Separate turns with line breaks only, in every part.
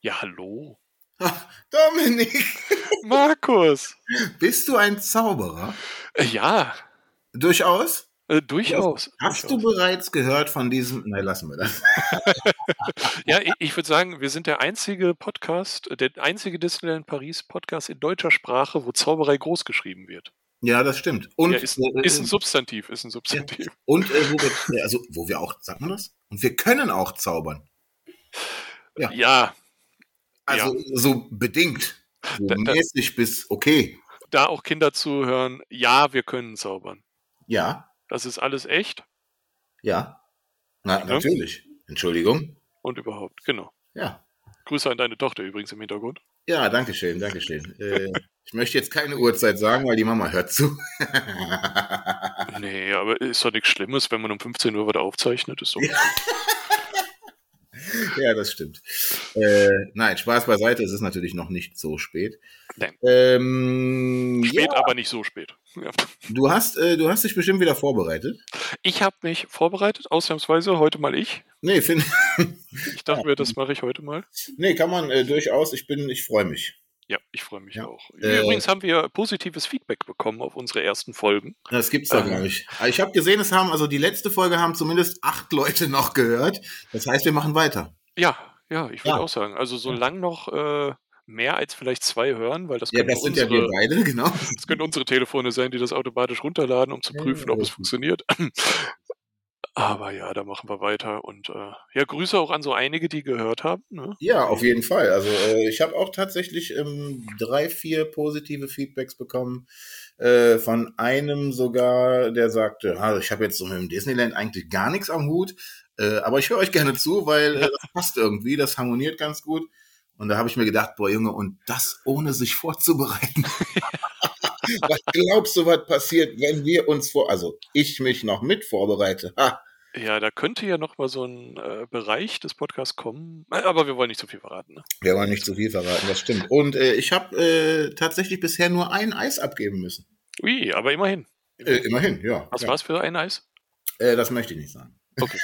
Ja, hallo.
Dominik,
Markus.
bist du ein Zauberer?
Äh, Ja,
Durchaus?
äh, durchaus.
Hast du bereits gehört von diesem. Nein, lassen wir das.
Ja, ich, ich würde sagen, wir sind der einzige Podcast, äh, der einzige Disneyland Paris Podcast in deutscher Sprache, wo Zauberei groß geschrieben wird.
Ja, das stimmt. Und,
Ja, ist,
äh,
ist ein Substantiv, ist ein Substantiv.
und äh, wo, wir, also, wo wir auch, sagt man das? Und wir können auch zaubern. Ja.
Ja,
Also so bedingt. So
Da- da-
mäßig bis okay.
da auch Kinder zuhören, ja, wir können zaubern.
Ja,
Das ist alles echt
ja. Na, natürlich. Entschuldigung.
und überhaupt, genau.
Ja.
Grüße an deine Tochter übrigens im Hintergrund.
Ja, danke schön, danke schön. Äh, ich möchte jetzt keine Uhrzeit sagen, weil die Mama hört zu.
Nee, aber ist doch nichts Schlimmes, wenn man um 15 Uhr wieder aufzeichnet. Ist doch
Ja, das stimmt. Äh, nein, Spaß beiseite, es ist natürlich noch nicht so spät.
Nein.
Ähm,
spät,
ja,
aber nicht so spät. Ja.
du, hast, äh, du hast dich bestimmt wieder vorbereitet.
Ich habe mich vorbereitet, ausnahmsweise heute mal ich.
Nee, find,
Ich dachte mir, das mache ich heute mal.
nee kann man äh, durchaus. Ich bin, ich freue mich.
Ja, ich freue mich
Ja.
auch.
Äh,
Übrigens haben wir positives Feedback bekommen auf unsere ersten Folgen.
Das gibt's doch
Ähm.
gar nicht. Aber Ich habe gesehen, es haben, also die letzte Folge haben zumindest acht Leute noch gehört. Das heißt, wir machen weiter.
Ja, ja, ich würde
Ja.
auch sagen. Also solange noch äh, mehr als vielleicht zwei hören, weil das,
Ja,
können
das sind ja
unsere,
wir beide, genau.
das können unsere Telefone sein, die das automatisch runterladen, um zu
Ja,
prüfen, ob es
richtig.
funktioniert. Aber ja, da machen wir weiter. Und äh, ja, Grüße auch an so einige, die gehört haben. Ne?
Ja, auf jeden Fall. Also äh, ich habe auch tatsächlich ähm, drei, vier positive Feedbacks bekommen. Äh, von einem sogar, der sagte, "Ah, ich habe jetzt so mit dem Disneyland eigentlich gar nichts am Hut, äh, aber ich höre euch gerne zu, weil äh, das passt irgendwie, das harmoniert ganz gut. Und da habe ich mir gedacht, boah Junge, und das ohne sich vorzubereiten. was glaubst du, was passiert, wenn wir uns vor, also ich mich noch mit vorbereite? Ha,
Ja, da könnte ja noch mal so ein äh, Bereich des Podcasts kommen. Äh, Aber wir wollen nicht zu viel verraten. Ne?
wir wollen nicht zu viel verraten, das stimmt. Und äh, ich habe äh, tatsächlich bisher nur ein Eis abgeben müssen.
Ui, aber immerhin.
Äh, immerhin, ja.
Was
ja.
war's für ein Eis?
Äh, das möchte ich nicht sagen.
Okay.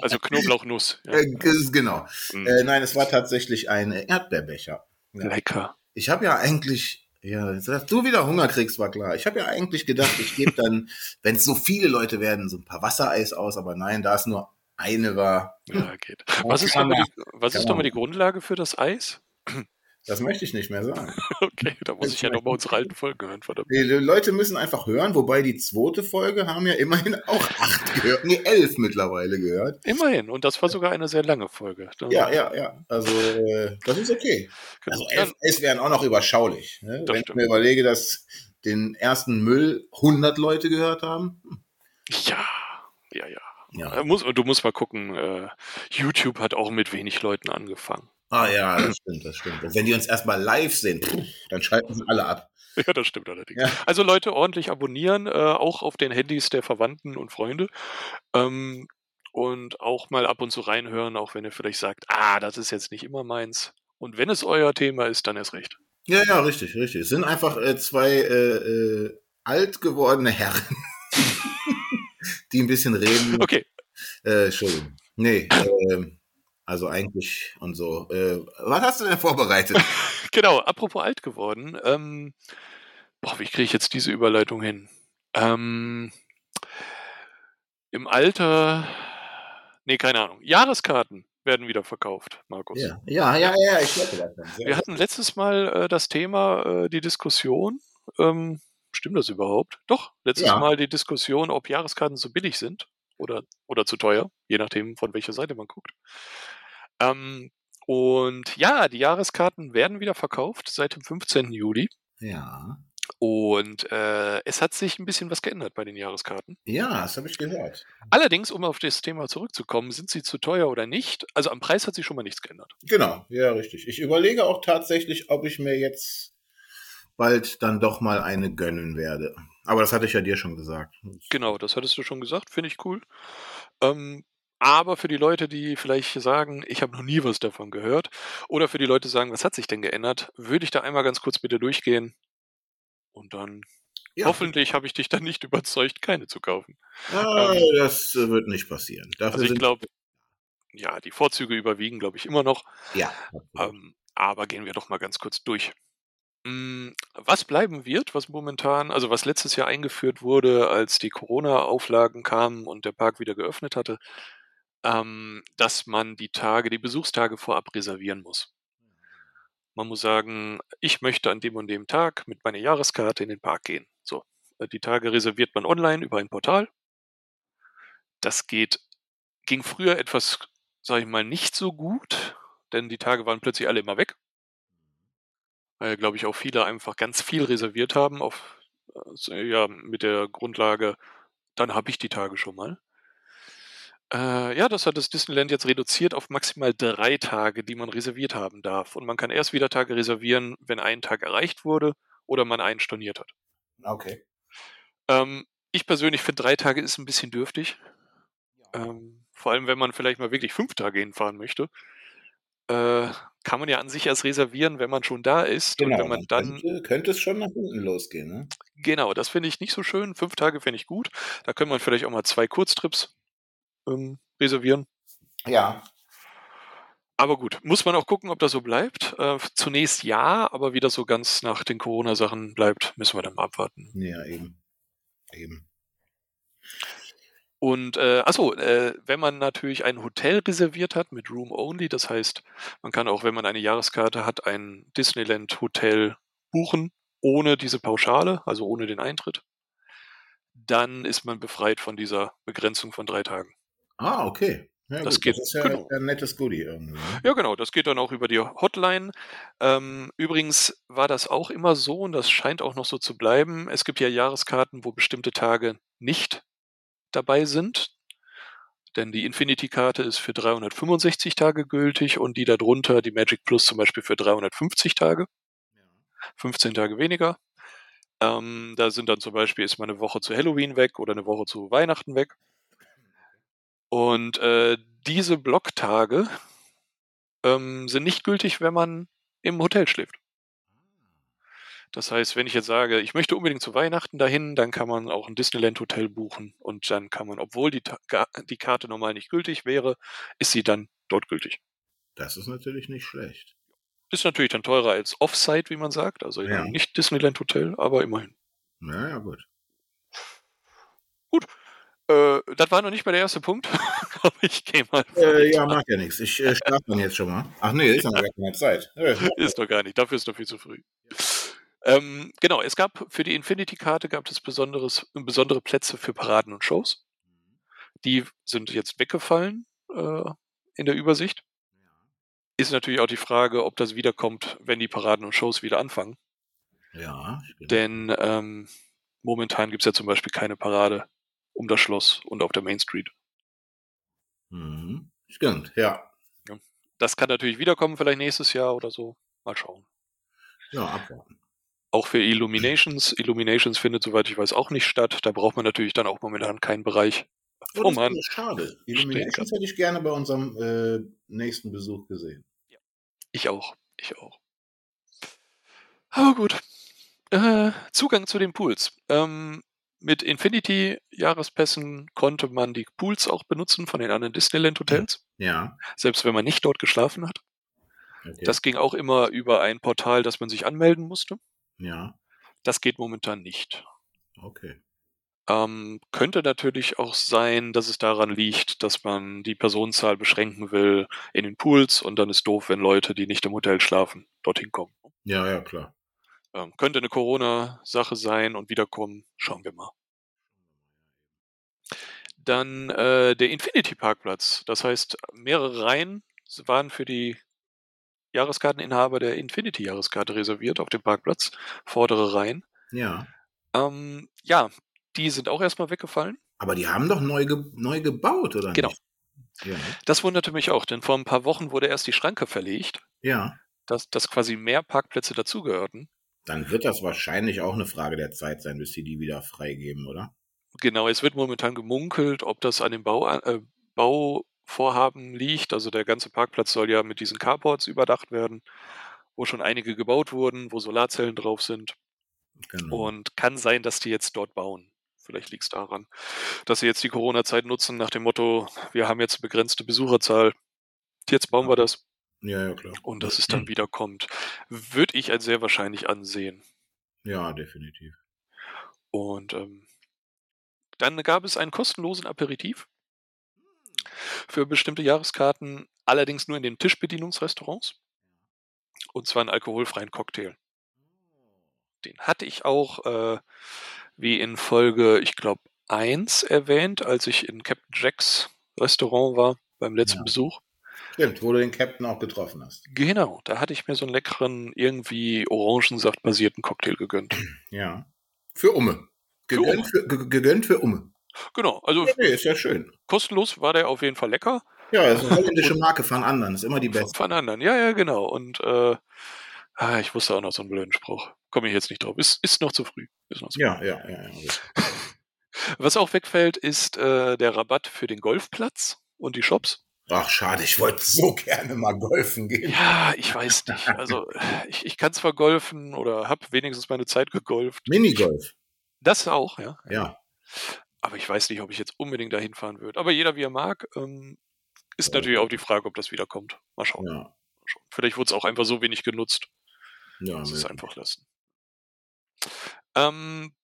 Also Knoblauchnuss. Ja.
Äh, g- genau.
Mm.
Äh, nein, es war tatsächlich ein äh, Erdbeerbecher.
Lecker.
Ich habe ja eigentlich, ja, dass du wieder Hunger kriegst, war klar. Ich habe ja eigentlich gedacht, ich gebe dann, wenn es so viele Leute werden, so ein paar Wassereis aus, aber nein, da es nur eine war,
Ja, geht. Was ist nochmal die, was ist noch mal die Grundlage für das Eis?
das möchte ich nicht mehr sagen.
Okay, da muss ich ja nochmal unsere alten Folgen hören, verdammt.
Die Leute müssen einfach hören, wobei die zweite Folge haben ja immerhin auch acht gehört, nee, elf mittlerweile gehört.
Immerhin. Und das war sogar eine sehr lange Folge. Da-
Ja, ja, ja. Also, äh, das ist okay. Also
genau.
elf, elf wären auch noch überschaulich. Ne?
Das
Wenn ich
stimmt.
mir überlege, dass den ersten Müll 100 Leute gehört haben.
Ja, ja, ja.
Ja.
Äh, Muss, du musst mal gucken, äh, YouTube hat auch mit wenig Leuten angefangen.
Ah ja, das stimmt, das stimmt. Und wenn die uns erstmal live sehen, pff, dann schalten sie alle ab.
Ja, das stimmt allerdings.
Ja.
Also Leute, ordentlich abonnieren, äh, auch auf den Handys der Verwandten und Freunde. Ähm, und auch mal ab und zu reinhören, auch wenn ihr vielleicht sagt, ah, das ist jetzt nicht immer meins. Und wenn es euer Thema ist, dann erst recht.
Ja, ja, richtig, richtig. Es sind einfach äh, zwei äh, äh, alt gewordene Herren, die ein bisschen reden.
Okay,
Äh, Entschuldigung. Nee, ähm, also eigentlich und so. Äh, was hast du denn vorbereitet?
genau. Apropos alt geworden. Ähm, boah, wie kriege ich jetzt diese Überleitung hin? Ähm, Im Alter. Nee, keine Ahnung. Jahreskarten werden wieder verkauft, Markus.
ja, ja, ja, ja, ich hörte das dann. Sehr
Wir hatten letztes Mal äh, das Thema, äh, die Diskussion. Ähm, stimmt das überhaupt? Doch, letztes
Ja.
Mal die Diskussion, ob Jahreskarten zu billig sind oder, oder zu teuer, je nachdem, von welcher Seite man guckt. Ähm, und ja, die Jahreskarten werden wieder verkauft seit dem 15. Juli.
ja.
Und äh, es hat sich ein bisschen was geändert bei den Jahreskarten.
ja, das habe ich gehört.
Allerdings, um auf das Thema zurückzukommen, sind sie zu teuer oder nicht? Also am Preis hat sich schon mal nichts geändert.
Genau, ja, richtig. Ich überlege auch tatsächlich, ob ich mir jetzt bald dann doch mal eine gönnen werde. Aber das hatte ich ja dir schon gesagt.
Genau, das hattest du schon gesagt, finde ich cool. Ähm, aber für die Leute, die vielleicht sagen, ich habe noch nie was davon gehört, oder für die Leute sagen, was hat sich denn geändert, würde ich da einmal ganz kurz bitte durchgehen. Und dann,
Ja,
hoffentlich habe ich dich dann nicht überzeugt, keine zu kaufen.
äh, das äh, Ah, wird nicht passieren. Dafür
Ähm, Also ich
sind,
glaube, ja, die Vorzüge überwiegen, glaube ich, immer noch.
Ja.
Ähm, aber gehen wir doch mal ganz kurz durch. Mm, Was bleiben wird, was momentan, also was letztes Jahr eingeführt wurde, als die Corona-Auflagen kamen und der Park wieder geöffnet hatte, ähm, dass man die Tage, die Besuchstage vorab reservieren muss. Man muss sagen, ich möchte an dem und dem Tag mit meiner Jahreskarte in den Park gehen. So, äh, die Tage reserviert man online über ein Portal. Das geht, ging früher etwas, sage ich mal, nicht so gut, denn die Tage waren plötzlich alle immer weg weil, glaube ich, auch viele einfach ganz viel reserviert haben, auf, äh, ja, mit der Grundlage, dann habe ich die Tage schon mal. Äh, ja, das hat das Disneyland jetzt reduziert auf maximal drei Tage, die man reserviert haben darf. Und man kann erst wieder Tage reservieren, wenn ein Tag erreicht wurde oder man einen storniert hat.
Okay.
Ähm, ich persönlich finde, drei Tage ist ein bisschen dürftig. Ähm, vor allem, wenn man vielleicht mal wirklich fünf Tage hinfahren möchte. Äh, kann man ja an sich erst reservieren, wenn man schon da ist. Und
Genau,
wenn man dann
könnte, könnte es schon nach unten losgehen, ne?
Genau, das finde ich nicht so schön. Fünf Tage finde ich gut. Da können man vielleicht auch mal zwei Kurztrips ähm, reservieren.
Ja.
Aber gut, muss man auch gucken, ob das so bleibt. Äh, zunächst ja, aber wie das so ganz nach den Corona-Sachen bleibt, müssen wir dann mal abwarten.
Ja, eben. Eben.
Und äh, achso, äh, wenn man natürlich ein Hotel reserviert hat mit Room Only, das heißt, man kann auch, wenn man eine Jahreskarte hat, ein Disneyland Hotel buchen, ohne diese Pauschale, also ohne den Eintritt, dann ist man befreit von dieser Begrenzung von drei Tagen.
Ah, okay. Ja,
Das
gut.
geht,
das ist ja
genau.
ein nettes Goodie irgendwie. ne?
Ja, genau, das geht dann auch über die Hotline. Ähm, übrigens war das auch immer so und das scheint auch noch so zu bleiben. Es gibt ja Jahreskarten, wo bestimmte Tage nicht dabei sind. Denn die Infinity-Karte ist für 365 Tage gültig und die darunter, die Magic Plus zum Beispiel für 350 Tage, 15 Tage weniger. Ähm, da sind dann zum Beispiel, ist mal eine Woche zu Halloween weg oder eine Woche zu Weihnachten weg. Und äh, diese Blocktage ähm, sind nicht gültig, wenn man im Hotel schläft. Das heißt, wenn ich jetzt sage, ich möchte unbedingt zu Weihnachten dahin, dann kann man auch ein Disneyland-Hotel buchen und dann kann man, obwohl die, Ta- Ga- die Karte normal nicht gültig wäre, ist sie dann dort gültig.
Das ist natürlich nicht schlecht.
Ist natürlich dann teurer als Offsite, wie man sagt, also in
Ja.
einem nicht Disneyland-Hotel, aber immerhin.
Na ja, gut.
Äh, das war noch nicht mal der erste Punkt, aber ich gehe mal.
Äh, ja, macht ja nichts. Ich äh, schlafe dann jetzt schon mal. Ach nee, ist noch gar keine Zeit. Äh,
Ist doch gar nicht, dafür ist doch viel zu früh. Ähm, genau, es gab für die Infinity-Karte gab es besonderes, besondere Plätze für Paraden und Shows. Die sind jetzt weggefallen äh, in der Übersicht. Ist natürlich auch die Frage, ob das wiederkommt, wenn die Paraden und Shows wieder anfangen.
Ja, ich bin-
Denn ähm, momentan gibt es ja zum Beispiel keine Parade um das Schloss und auf der Main Street.
Mhm. Stimmt, ja.
Das kann natürlich wiederkommen, vielleicht nächstes Jahr oder so. Mal schauen.
Ja, abwarten.
Auch für Illuminations. Illuminations findet, soweit ich weiß, auch nicht statt. Da braucht man natürlich dann auch momentan keinen Bereich. Oh
das
Mann.
ist schade. Illuminations hätte ich gerne bei unserem äh, nächsten Besuch gesehen.
Ich auch. Ich auch. Aber gut. Äh, Zugang zu den Pools. Ähm, mit Infinity-Jahrespässen konnte man die Pools auch benutzen von den anderen Disneyland-Hotels,
Ja.
selbst wenn man nicht dort geschlafen hat.
Okay.
Das ging auch immer über ein Portal, das man sich anmelden musste.
ja,
Das geht momentan nicht.
okay.
Ähm, könnte natürlich auch sein, dass es daran liegt, dass man die Personenzahl beschränken will in den Pools und dann ist doof, wenn Leute, die nicht im Hotel schlafen, dorthin kommen.
Ja, ja, klar.
Ähm, könnte eine Corona-Sache sein und wiederkommen. Schauen wir mal. Dann äh, der Infinity-Parkplatz. Das heißt, mehrere Reihen waren für die Jahreskarteninhaber der Infinity-Jahreskarte reserviert auf dem Parkplatz. Vordere Reihen.
Ja.
Ähm, ja, die sind auch erstmal weggefallen.
Aber die haben doch neu, ge neu gebaut, oder
Genau.
nicht? Genau.
Das wunderte mich auch, denn vor ein paar Wochen wurde erst die Schranke verlegt,
Ja. ja.
dass, dass quasi mehr Parkplätze dazugehörten.
Dann wird das wahrscheinlich auch eine Frage der Zeit sein, bis die die wieder freigeben, oder?
Genau, es wird momentan gemunkelt, ob das an dem Bau, äh, Bauvorhaben liegt. Also der ganze Parkplatz soll ja mit diesen Carports überdacht werden, wo schon einige gebaut wurden, wo Solarzellen drauf sind.
Genau.
Und kann sein, dass die jetzt dort bauen. Vielleicht liegt es daran, dass sie jetzt die Corona-Zeit nutzen nach dem Motto, wir haben jetzt begrenzte Besucherzahl, Jetzt bauen wir das
Ja, ja, Mhm. klar.
und dass es dann wiederkommt. Würde ich als sehr wahrscheinlich ansehen.
Ja, definitiv.
Und ähm, dann gab es einen kostenlosen Aperitif für bestimmte Jahreskarten, allerdings nur in den Tischbedienungsrestaurants. Und zwar einen alkoholfreien Cocktail. Den hatte ich auch, äh, wie in Folge, ich glaube, 1 erwähnt, als ich in Captain Jacks Restaurant war beim letzten
Ja.
Besuch.
Stimmt, wo du den Captain auch getroffen hast.
Genau, da hatte ich mir so einen leckeren, irgendwie Orangensaft-basierten Cocktail gegönnt.
Ja. Für Umme. Gegönnt für, ge- gegönnt für Umme.
Genau, also
Ja, nee, ist ja schön.
kostenlos war der auf jeden Fall lecker.
Ja, ist eine holländische Marke von anderen, ist immer die beste.
Von anderen, ja, ja, genau. Und äh, ah, ich wusste auch noch so einen blöden Spruch. Komme ich jetzt nicht drauf. Ist, ist noch zu früh. Ist noch zu
Ja, ja, ja. ja.
früh. Was auch wegfällt, ist äh, der Rabatt für den Golfplatz und die Shops.
Ach, schade, ich wollte so gerne mal golfen gehen.
Ja, ich weiß nicht. Also äh, ich, ich kann zwar golfen oder habe wenigstens meine Zeit gegolft.
Minigolf,
Das auch, ja.
ja.
Aber ich weiß nicht, ob ich jetzt unbedingt dahin fahren würde. Aber jeder, wie er mag, ähm, ist natürlich auch die Frage, ob das wiederkommt. Mal schauen.
Ja,
Mal schauen. Vielleicht wurde es auch einfach so wenig genutzt.
ja, ne.
Das ist
möglich.
einfach lassen. Ähm,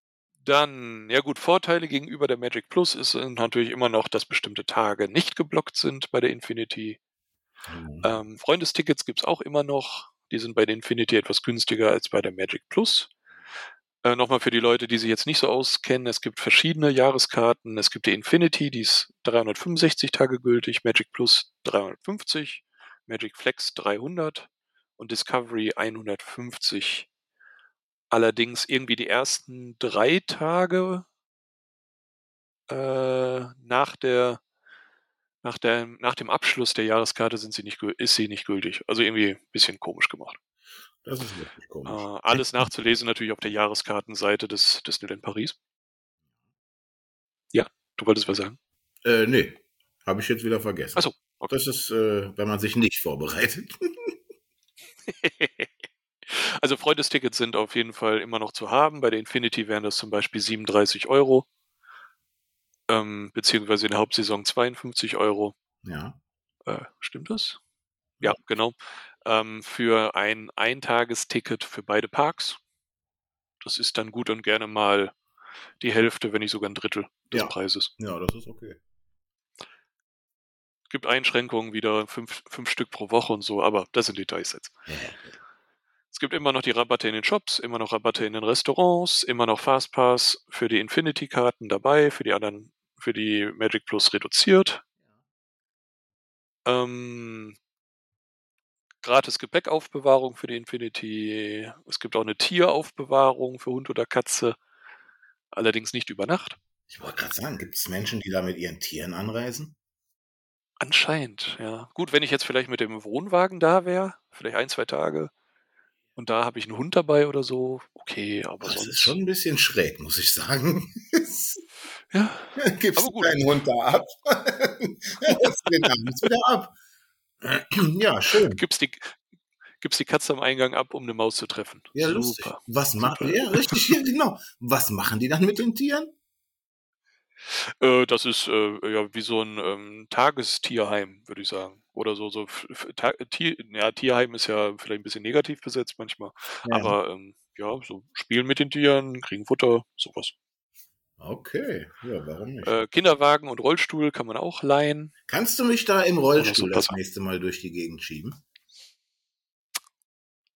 dann, ja gut, Vorteile gegenüber der Magic Plus ist äh, natürlich immer noch, dass bestimmte Tage nicht geblockt sind bei der Infinity.
Mhm.
Ähm, Freundestickets gibt es auch immer noch. Die sind bei der Infinity etwas günstiger als bei der Magic Plus. Äh, Nochmal für die Leute, die sich jetzt nicht so auskennen, es gibt verschiedene Jahreskarten. Es gibt die Infinity, die ist 365 Tage gültig, Magic Plus 350, Magic Flex 300 und Discovery 150. Allerdings irgendwie die ersten drei Tage äh, nach der nach, der, nach dem Abschluss der Jahreskarte sind sie nicht, gü- ist sie nicht gültig. Also irgendwie ein bisschen komisch gemacht.
Das ist wirklich
Äh,
komisch.
alles nachzulesen natürlich auf der Jahreskartenseite des Disneyland Paris. Ja, du wolltest was sagen.
Äh, nee, habe ich jetzt wieder vergessen.
Ach so, okay.
Das ist, äh, wenn man sich nicht vorbereitet.
Also Freundestickets sind auf jeden Fall immer noch zu haben. Bei der Infinity wären das zum Beispiel 37 Euro, ähm, beziehungsweise in der Hauptsaison 52 Euro.
Ja,
Äh, stimmt das? Ja, genau. Ähm, für ein Eintagesticket für beide Parks. Das ist dann gut und gerne mal die Hälfte, wenn nicht sogar ein Drittel des
Ja.
Preises.
ja, das ist okay.
Gibt Einschränkungen wieder, fünf, fünf Stück pro Woche und so, aber das sind Details jetzt. Es gibt immer noch die Rabatte in den Shops, immer noch Rabatte in den Restaurants, immer noch Fastpass für die Infinity-Karten dabei, für die anderen, für die Magic Plus reduziert. Ähm, gratis Gepäckaufbewahrung für die Infinity. Es gibt auch eine Tieraufbewahrung für Hund oder Katze. Allerdings nicht über Nacht.
Ich wollte gerade sagen, gibt es Menschen, die da mit ihren Tieren anreisen?
Anscheinend, ja. Gut, wenn ich jetzt vielleicht mit dem Wohnwagen da wäre, vielleicht ein, zwei Tage, und da habe ich einen Hund dabei oder so, okay, aber
Das
sonst.
ist schon ein bisschen schräg, muss ich sagen.
Ja,
Gibst
Aber
du
gut.
deinen Hund da ab? Ja, holst du den abends wieder ab. Ja, schön.
gibst die, gibst die Katze am Eingang ab, um eine Maus zu treffen.
Ja,
Super.
lustig. Was machen
Super.
ja, richtig, ja, genau. Was machen die dann mit den Tieren?
Äh, das ist äh, ja wie so ein ähm, Tagestierheim, würde ich sagen. Oder so, so f- f- Ta Tier, ja, Tierheim ist ja vielleicht ein bisschen negativ besetzt manchmal.
Ja.
Aber ähm, ja, so spielen mit den Tieren, kriegen Futter, sowas.
Okay, ja, warum nicht?
Äh, Kinderwagen und Rollstuhl kann man auch leihen.
Kannst du mich da im
Oder so,
Rollstuhl
pass
das
auf.
nächste Mal durch die Gegend schieben?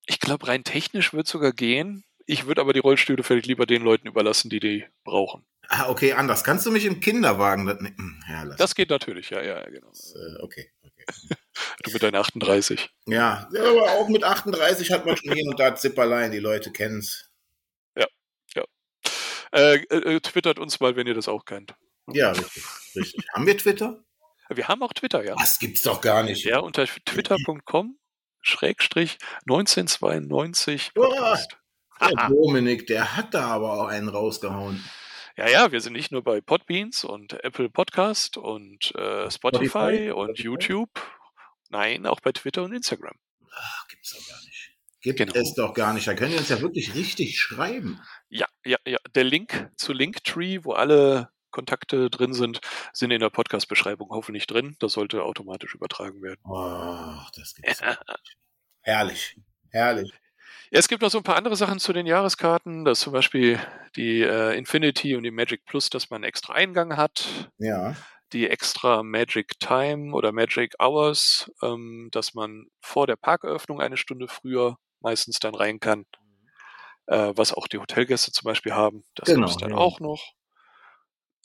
Ich glaube, rein technisch wird sogar gehen. Ich würde aber die Rollstühle vielleicht lieber den Leuten überlassen, die die brauchen.
Ah, okay, anders. Kannst du mich im Kinderwagen? Das, nee, hm, ja, lass.
Das geht natürlich, ja, ja, ja, genau.
das äh, okay. okay.
Du mit deinen 38.
Ja, ja, aber auch mit 38 hat man schon hier und da Zipperlein, die Leute kennen's.
Äh, äh, äh, twittert uns mal, wenn ihr das auch kennt.
Ja, richtig, richtig. Haben wir Twitter?
Wir haben auch Twitter, ja.
Das gibt's doch gar nicht.
Ja, unter twitter.com schrägstrich 1992
Hurra!
Podcast.
Der Dominik, der hat da aber auch einen rausgehauen.
Ja, ja, wir sind nicht nur bei Podbeans und Apple Podcast und äh, Spotify,
Spotify?
und
Spotify?
YouTube. Nein, auch bei Twitter und Instagram.
Ach, gibt's doch gar nicht. Gibt
Genau.
es doch gar nicht. Da können wir uns ja wirklich richtig schreiben.
Ja, ja, ja. Der Link zu Linktree, wo alle Kontakte drin sind, sind in der Podcast-Beschreibung hoffentlich drin. Das sollte automatisch übertragen werden.
Oh, das gibt's. nicht. herrlich, herrlich.
Ja, Es gibt noch so ein paar andere Sachen zu den Jahreskarten, dass zum Beispiel die äh, Infinity und die Magic Plus, dass man einen extra Eingang hat,
Ja,
die extra Magic Time oder Magic Hours, ähm, dass man vor der Parkeröffnung eine Stunde früher meistens dann rein kann, äh, was auch die Hotelgäste zum Beispiel haben. Das
Genau,
gibt's dann
ja.
auch noch.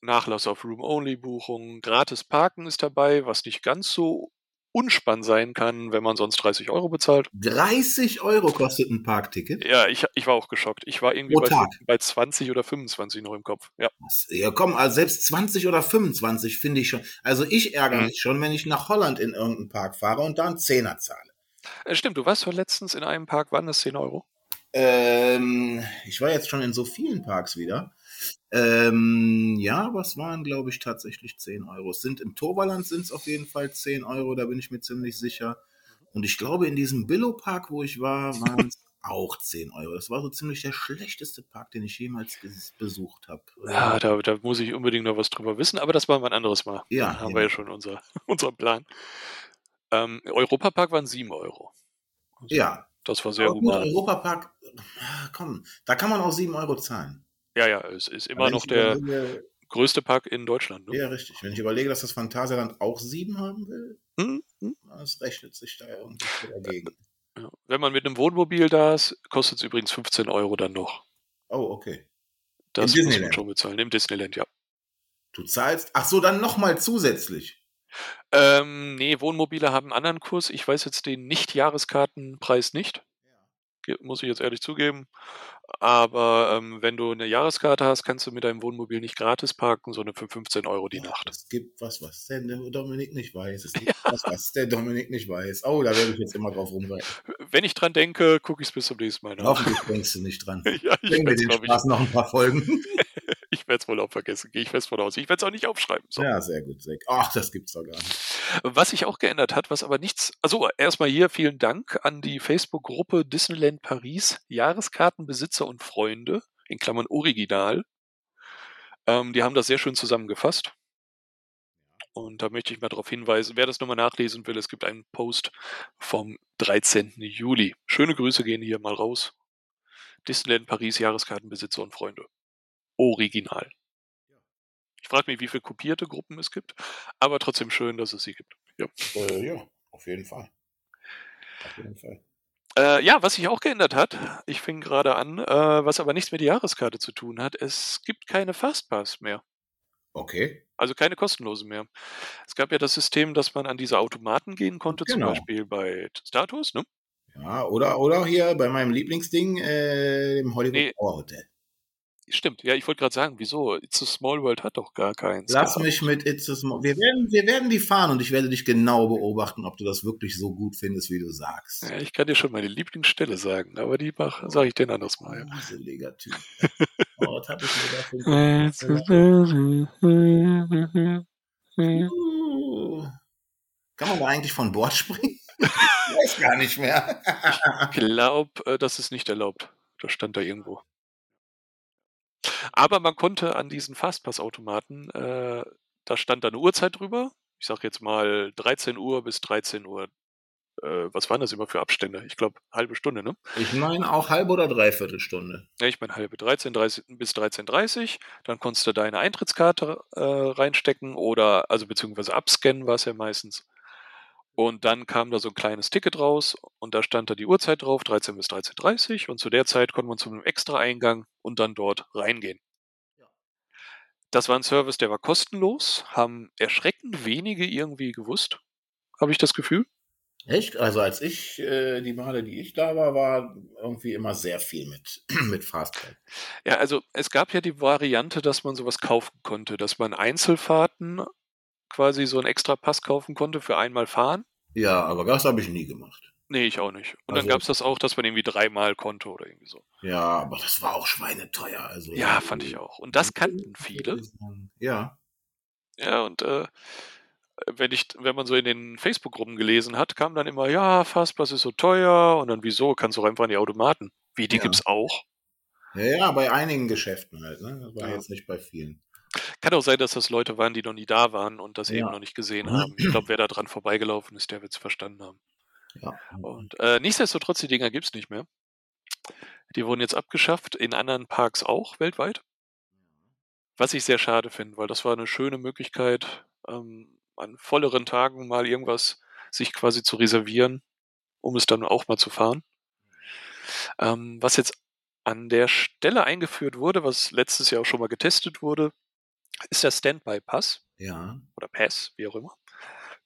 Nachlass auf Room-Only-Buchungen, gratis Parken ist dabei, was nicht ganz so unspannend sein kann, wenn man sonst 30 Euro bezahlt.
30 Euro kostet ein Parkticket.
Ja, ich, ich war auch geschockt. Ich war irgendwie
Pro
bei,
Tag.
bei 20 oder 25 noch im Kopf. Ja,
Was? Ja, komm, also selbst 20 oder 25 finde ich schon. Also ich ärgere
Mhm.
mich schon, wenn ich nach Holland in irgendeinen Park fahre und da einen Zehner zahle.
Äh, stimmt. Du warst doch letztens in einem Park, waren das 10 Euro?
Ähm, ich war jetzt schon in so vielen Parks wieder. Ähm, ja, was waren, glaube ich, tatsächlich 10 Euro. Es sind im Toverland sind es auf jeden Fall 10 Euro, da bin ich mir ziemlich sicher. Und ich glaube, in diesem Billow-Park, wo ich war, waren es auch 10 Euro. Das war so ziemlich der schlechteste Park, den ich jemals ges- besucht habe.
Ja, da, da muss ich unbedingt noch was drüber wissen, aber das machen wir ein anderes Mal.
Ja, genau.
Dann haben
ja.
wir ja schon unser, unseren Plan. Ähm, Europapark waren 7 Euro.
Ja,
Das war sehr
aber gut,
human.
Europapark, ah, komm, da kann man auch 7 Euro zahlen.
Ja, ja, es ist immer
Wenn
noch
ich
der
überlege-
größte Park in Deutschland. Ne?
Ja, richtig. Wenn ich überlege, dass das Phantasialand auch 7 haben will,
Hm? Hm?
Das Ah, rechnet sich da irgendwie dagegen.
Ja. Wenn man mit einem Wohnmobil da ist, kostet es übrigens 15 Euro dann noch.
Oh, okay.
Das muss man
Disneyland.
schon bezahlen. Im Disneyland, ja.
Du zahlst. Ach so, dann nochmal zusätzlich.
Ähm, nee, Wohnmobile haben einen anderen Kurs. Ich weiß jetzt den Nicht-Jahreskartenpreis nicht. Ge- Muss ich jetzt ehrlich zugeben. Aber ähm, wenn du eine Jahreskarte hast, kannst du mit deinem Wohnmobil nicht gratis parken, sondern für 15 Euro die Nacht.
Es gibt was, was der Ne-, Dominik nicht weiß. Es gibt was, was der Dominik nicht weiß. Oh, da werde ich jetzt immer drauf rumreiten.
Wenn ich dran denke, gucke ich es bis zum nächsten Mal nach.
Hoffentlich denkst du nicht dran.
Ja, ich
Bringen
werde
wir den
es
Spaß noch ein paar Folgen.
ich, werd's wohl auch vergessen. Gehe ich fest von aus. Ich werde es auch nicht aufschreiben. So.
Ja, sehr gut, Zack. Ach, das gibt's doch gar nicht.
Was sich auch geändert hat, was aber nichts. Also erstmal hier vielen Dank an die Facebook-Gruppe Disneyland Paris Jahreskartenbesitzer und Freunde in Klammern Original. Ähm, die haben das sehr schön zusammengefasst. Und da möchte ich mal darauf hinweisen, wer das nochmal nachlesen will, es gibt einen Post vom 13. Juli. Schöne Grüße gehen hier mal raus. Disneyland Paris Jahreskartenbesitzer und Freunde. Original. Ich frage mich, wie viele kopierte Gruppen es gibt, aber trotzdem schön, dass es sie gibt. Ja.
Äh, ja, auf jeden Fall. Auf jeden Fall.
Äh, ja, was sich auch geändert hat, ich fing gerade an, äh, was aber nichts mit der Jahreskarte zu tun hat, es gibt keine Fastpass mehr.
Okay.
Also keine kostenlosen mehr. Es gab ja das System, dass man an diese Automaten gehen konnte,
Genau.
zum Beispiel bei Status, ne?
Ja, oder, oder hier bei meinem Lieblingsding, äh, dem Hollywood
Nee.
Tower Hotel.
Stimmt, ja, ich wollte gerade sagen, wieso? It's a Small World hat doch gar keins.
Lass
gehabt.
mich mit It's a Small. Wir werden, wir werden die fahren und ich werde dich genau beobachten, ob du das wirklich so gut findest, wie du sagst.
Ja, ich kann dir schon meine Lieblingsstelle sagen, aber die sage ich dir ein anderes
oh
Mal.
Gruseliger Typ. Oh, was hab ich mir da für ein- Uh. Kann man da eigentlich von Bord springen? Ich Weiß gar nicht mehr.
Ich glaube, äh, das ist nicht erlaubt. Das stand da irgendwo. Aber man konnte an diesen Fastpass-Automaten, äh, da stand da eine Uhrzeit drüber. Ich sag jetzt mal 13 Uhr bis 13 Uhr. Äh, was waren das immer für Abstände? Ich glaube, halbe Stunde, ne?
Ich meine auch halbe oder dreiviertel Stunde.
Ja, ich meine halbe 13 30, bis 13.30 Dann konntest du deine Eintrittskarte äh, reinstecken oder, also beziehungsweise abscannen war es ja meistens. Und dann kam da so ein kleines Ticket raus und da stand da die Uhrzeit drauf, 13 bis 13.30 Und zu der Zeit konnte man zu einem Extra-Eingang und dann dort reingehen.
Ja.
Das war ein Service, der war kostenlos, haben erschreckend wenige irgendwie gewusst, habe ich das Gefühl.
Echt? Also als ich, äh, die Male, die ich da war, war irgendwie immer sehr viel mit, mit Fastback.
Ja, also es gab ja die Variante, dass man sowas kaufen konnte, dass man Einzelfahrten quasi so einen extra Pass kaufen konnte für einmal fahren.
Ja, aber das habe ich nie gemacht.
Nee, ich auch nicht. Und dann
Also-
gab's das auch, dass man irgendwie dreimal konnte oder irgendwie so.
Ja, aber das war auch schweineteuer. Also
Ja, fand ich auch. Und das kannten viele.
Ja.
Ja, und äh, wenn, ich, wenn man so in den Facebook-Gruppen gelesen hat, kam dann immer, ja, Fastpass ist so teuer und dann wieso, kannst du auch einfach an die Automaten. Wie, die
Ja.
gibt's auch?
Ja, ja, bei einigen Geschäften halt. Ne? Das war
Ja.
jetzt nicht bei vielen.
Kann auch sein, dass das Leute waren, die noch nie da waren und das
Ja.
eben noch nicht gesehen haben. Ich glaube, wer da dran vorbeigelaufen ist, der wird es verstanden haben.
Ja.
Und äh, nichtsdestotrotz, die Dinger gibt es nicht mehr. Die wurden jetzt abgeschafft, in anderen Parks auch weltweit. Was ich sehr schade finde, weil das war eine schöne Möglichkeit, ähm, an volleren Tagen mal irgendwas sich quasi zu reservieren, um es dann auch mal zu fahren. Ähm, was jetzt an der Stelle eingeführt wurde, was letztes Jahr auch schon mal getestet wurde, ist der Standby-Pass
Ja.
oder Pass, wie auch immer,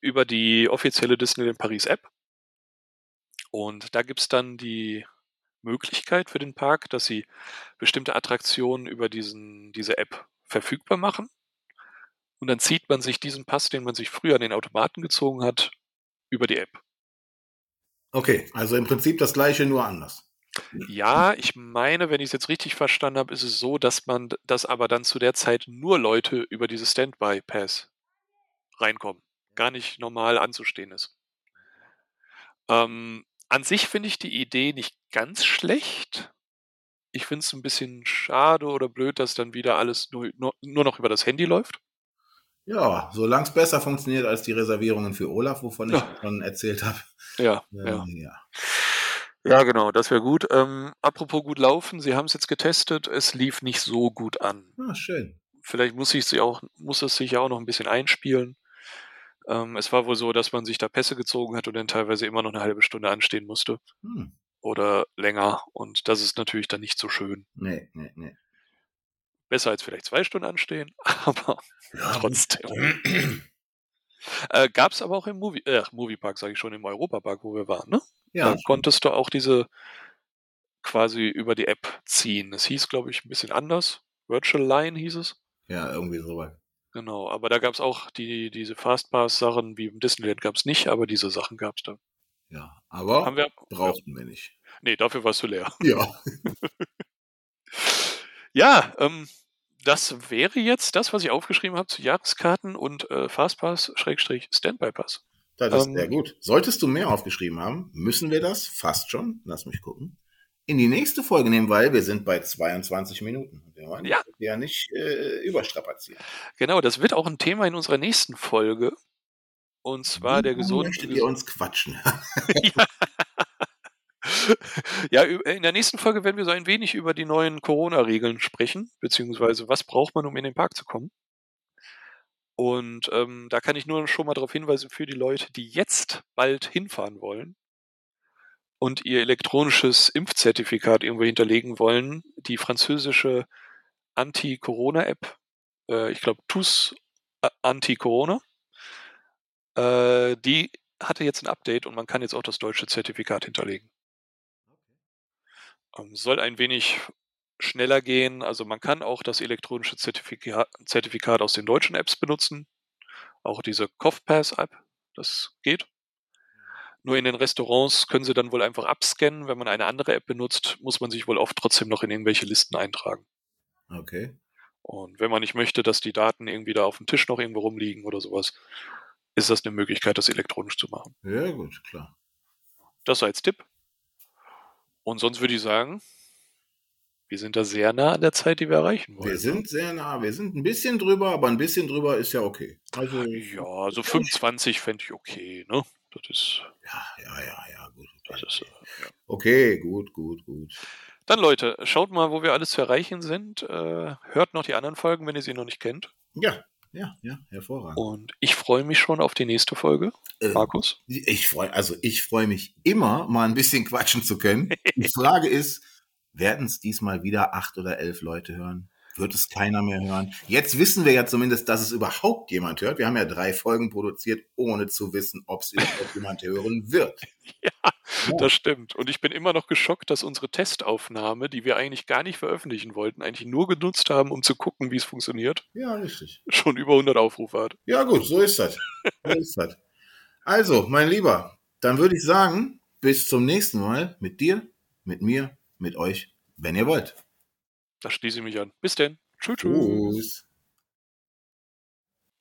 über die offizielle Disneyland Paris App. Und da gibt es dann die Möglichkeit für den Park, dass sie bestimmte Attraktionen über diesen, diese App verfügbar machen. Und dann zieht man sich diesen Pass, den man sich früher an den Automaten gezogen hat, über die App.
Okay, also im Prinzip das gleiche, nur anders.
Ja, ich meine, wenn ich es jetzt richtig verstanden habe, ist es so, dass man d- dass aber dann zu der Zeit nur Leute über diese Standby-Pass reinkommen. Gar nicht normal anzustehen ist. Ähm, an sich finde ich die Idee nicht ganz schlecht. Ich finde es ein bisschen schade oder blöd, dass dann wieder alles nur, nur, nur noch über das Handy läuft.
Ja, solange es besser funktioniert als die Reservierungen für Olaf, wovon
Ja.
ich schon erzählt habe.
Ja,
Ähm, ja.
Ja, genau, das wäre gut. Ähm, apropos gut laufen, Sie haben es jetzt getestet, es lief nicht so gut an.
Ah, schön.
vielleicht muss ich sie auch, muss es sich ja auch noch ein bisschen einspielen. Ähm, es war wohl so, dass man sich da Pässe gezogen hat und dann teilweise immer noch eine halbe Stunde anstehen musste
Hm.
oder länger. Und das ist natürlich dann nicht so schön.
Nee, nee, nee.
Besser als vielleicht zwei Stunden anstehen, aber
Ja.
trotzdem. Äh, Gab es aber auch im Movie, äh, Moviepark, sage ich schon, im Europapark, wo wir waren. Ne?
Ja,
Da konntest du auch diese quasi über die App ziehen. Es hieß, glaube ich, ein bisschen anders. Virtual Line hieß es.
ja, irgendwie so.
Genau, aber da gab es auch die, diese Fastpass-Sachen, wie im Disneyland gab es nicht, aber diese Sachen gab es da.
Ja, aber
Haben wir,
brauchten wir nicht.
nee, dafür warst du leer.
Ja.
Ja, ähm, das wäre jetzt das, was ich aufgeschrieben habe zu Jahreskarten und äh, Fastpass-Standby-Pass.
Das ist
Ähm,
sehr gut. Solltest du mehr aufgeschrieben haben, müssen wir das fast schon, lass mich gucken, in die nächste Folge nehmen, weil wir sind bei 22 Minuten. Wir wollen
Ja.
ja nicht äh, überstrapazieren.
Genau, das wird auch ein Thema in unserer nächsten Folge. Und zwar
Mhm.
der gesunde.
Möchtet ihr uns quatschen?
ja, ü- äh, in der nächsten Folge werden wir so ein wenig über die neuen Corona-Regeln sprechen, beziehungsweise was braucht man, um in den Park zu kommen. Und ähm, da kann ich nur schon mal darauf hinweisen für die Leute, die jetzt bald hinfahren wollen und ihr elektronisches Impfzertifikat irgendwo hinterlegen wollen, die französische Anti-Corona-App, äh, ich glaube TUS äh, Anti-Corona, äh, die hatte jetzt ein Update und man kann jetzt auch das deutsche Zertifikat hinterlegen. Ähm, soll ein wenig schneller gehen. Also man kann auch das elektronische Zertifika Zertifikat aus den deutschen Apps benutzen. Auch diese CoughPass-App, das geht. Nur in den Restaurants können sie dann wohl einfach abscannen. Wenn man eine andere App benutzt, muss man sich wohl oft trotzdem noch in irgendwelche Listen eintragen.
Okay.
Und wenn man nicht möchte, dass die Daten irgendwie da auf dem Tisch noch irgendwo rumliegen oder sowas, ist das eine Möglichkeit, das elektronisch zu machen.
Ja, gut, klar.
Das als Tipp. Und sonst würde ich sagen, wir sind da sehr nah an der Zeit, die wir erreichen wollen.
Wir sind sehr nah. Wir sind ein bisschen drüber, aber ein bisschen drüber ist ja okay. Also, ja,
Ja, so 25 fände ich okay, ne? Das ist.
ja, ja, ja gut.
Das ist äh, ja.
Okay, gut, gut, gut.
Dann, Leute, schaut mal, wo wir alles zu erreichen sind. Äh, hört noch die anderen Folgen, wenn ihr sie noch nicht kennt.
Ja, ja, ja, hervorragend.
Und ich freue mich schon auf die nächste Folge.
Ähm,
Markus?
Ich freue, also ich freue mich immer, mal ein bisschen quatschen zu können. Die Frage ist, werden es diesmal wieder acht oder elf Leute hören? Wird es keiner mehr hören? Jetzt wissen wir ja zumindest, dass es überhaupt jemand hört. Wir haben ja drei Folgen produziert, ohne zu wissen, ob es überhaupt jemand hören wird. Ja.
Das stimmt. Und ich bin immer noch geschockt, dass unsere Testaufnahme, die wir eigentlich gar nicht veröffentlichen wollten, eigentlich nur genutzt haben, um zu gucken, wie es funktioniert,
Ja, richtig.
schon über 100 Aufrufe hat.
Ja, gut, so ist das. So ist das. Also, mein Lieber, dann würde ich sagen, bis zum nächsten Mal mit dir, mit mir, mit euch, wenn ihr wollt.
Da schließe ich mich an. Bis denn. Tschüss. tschüss.
Tschüss.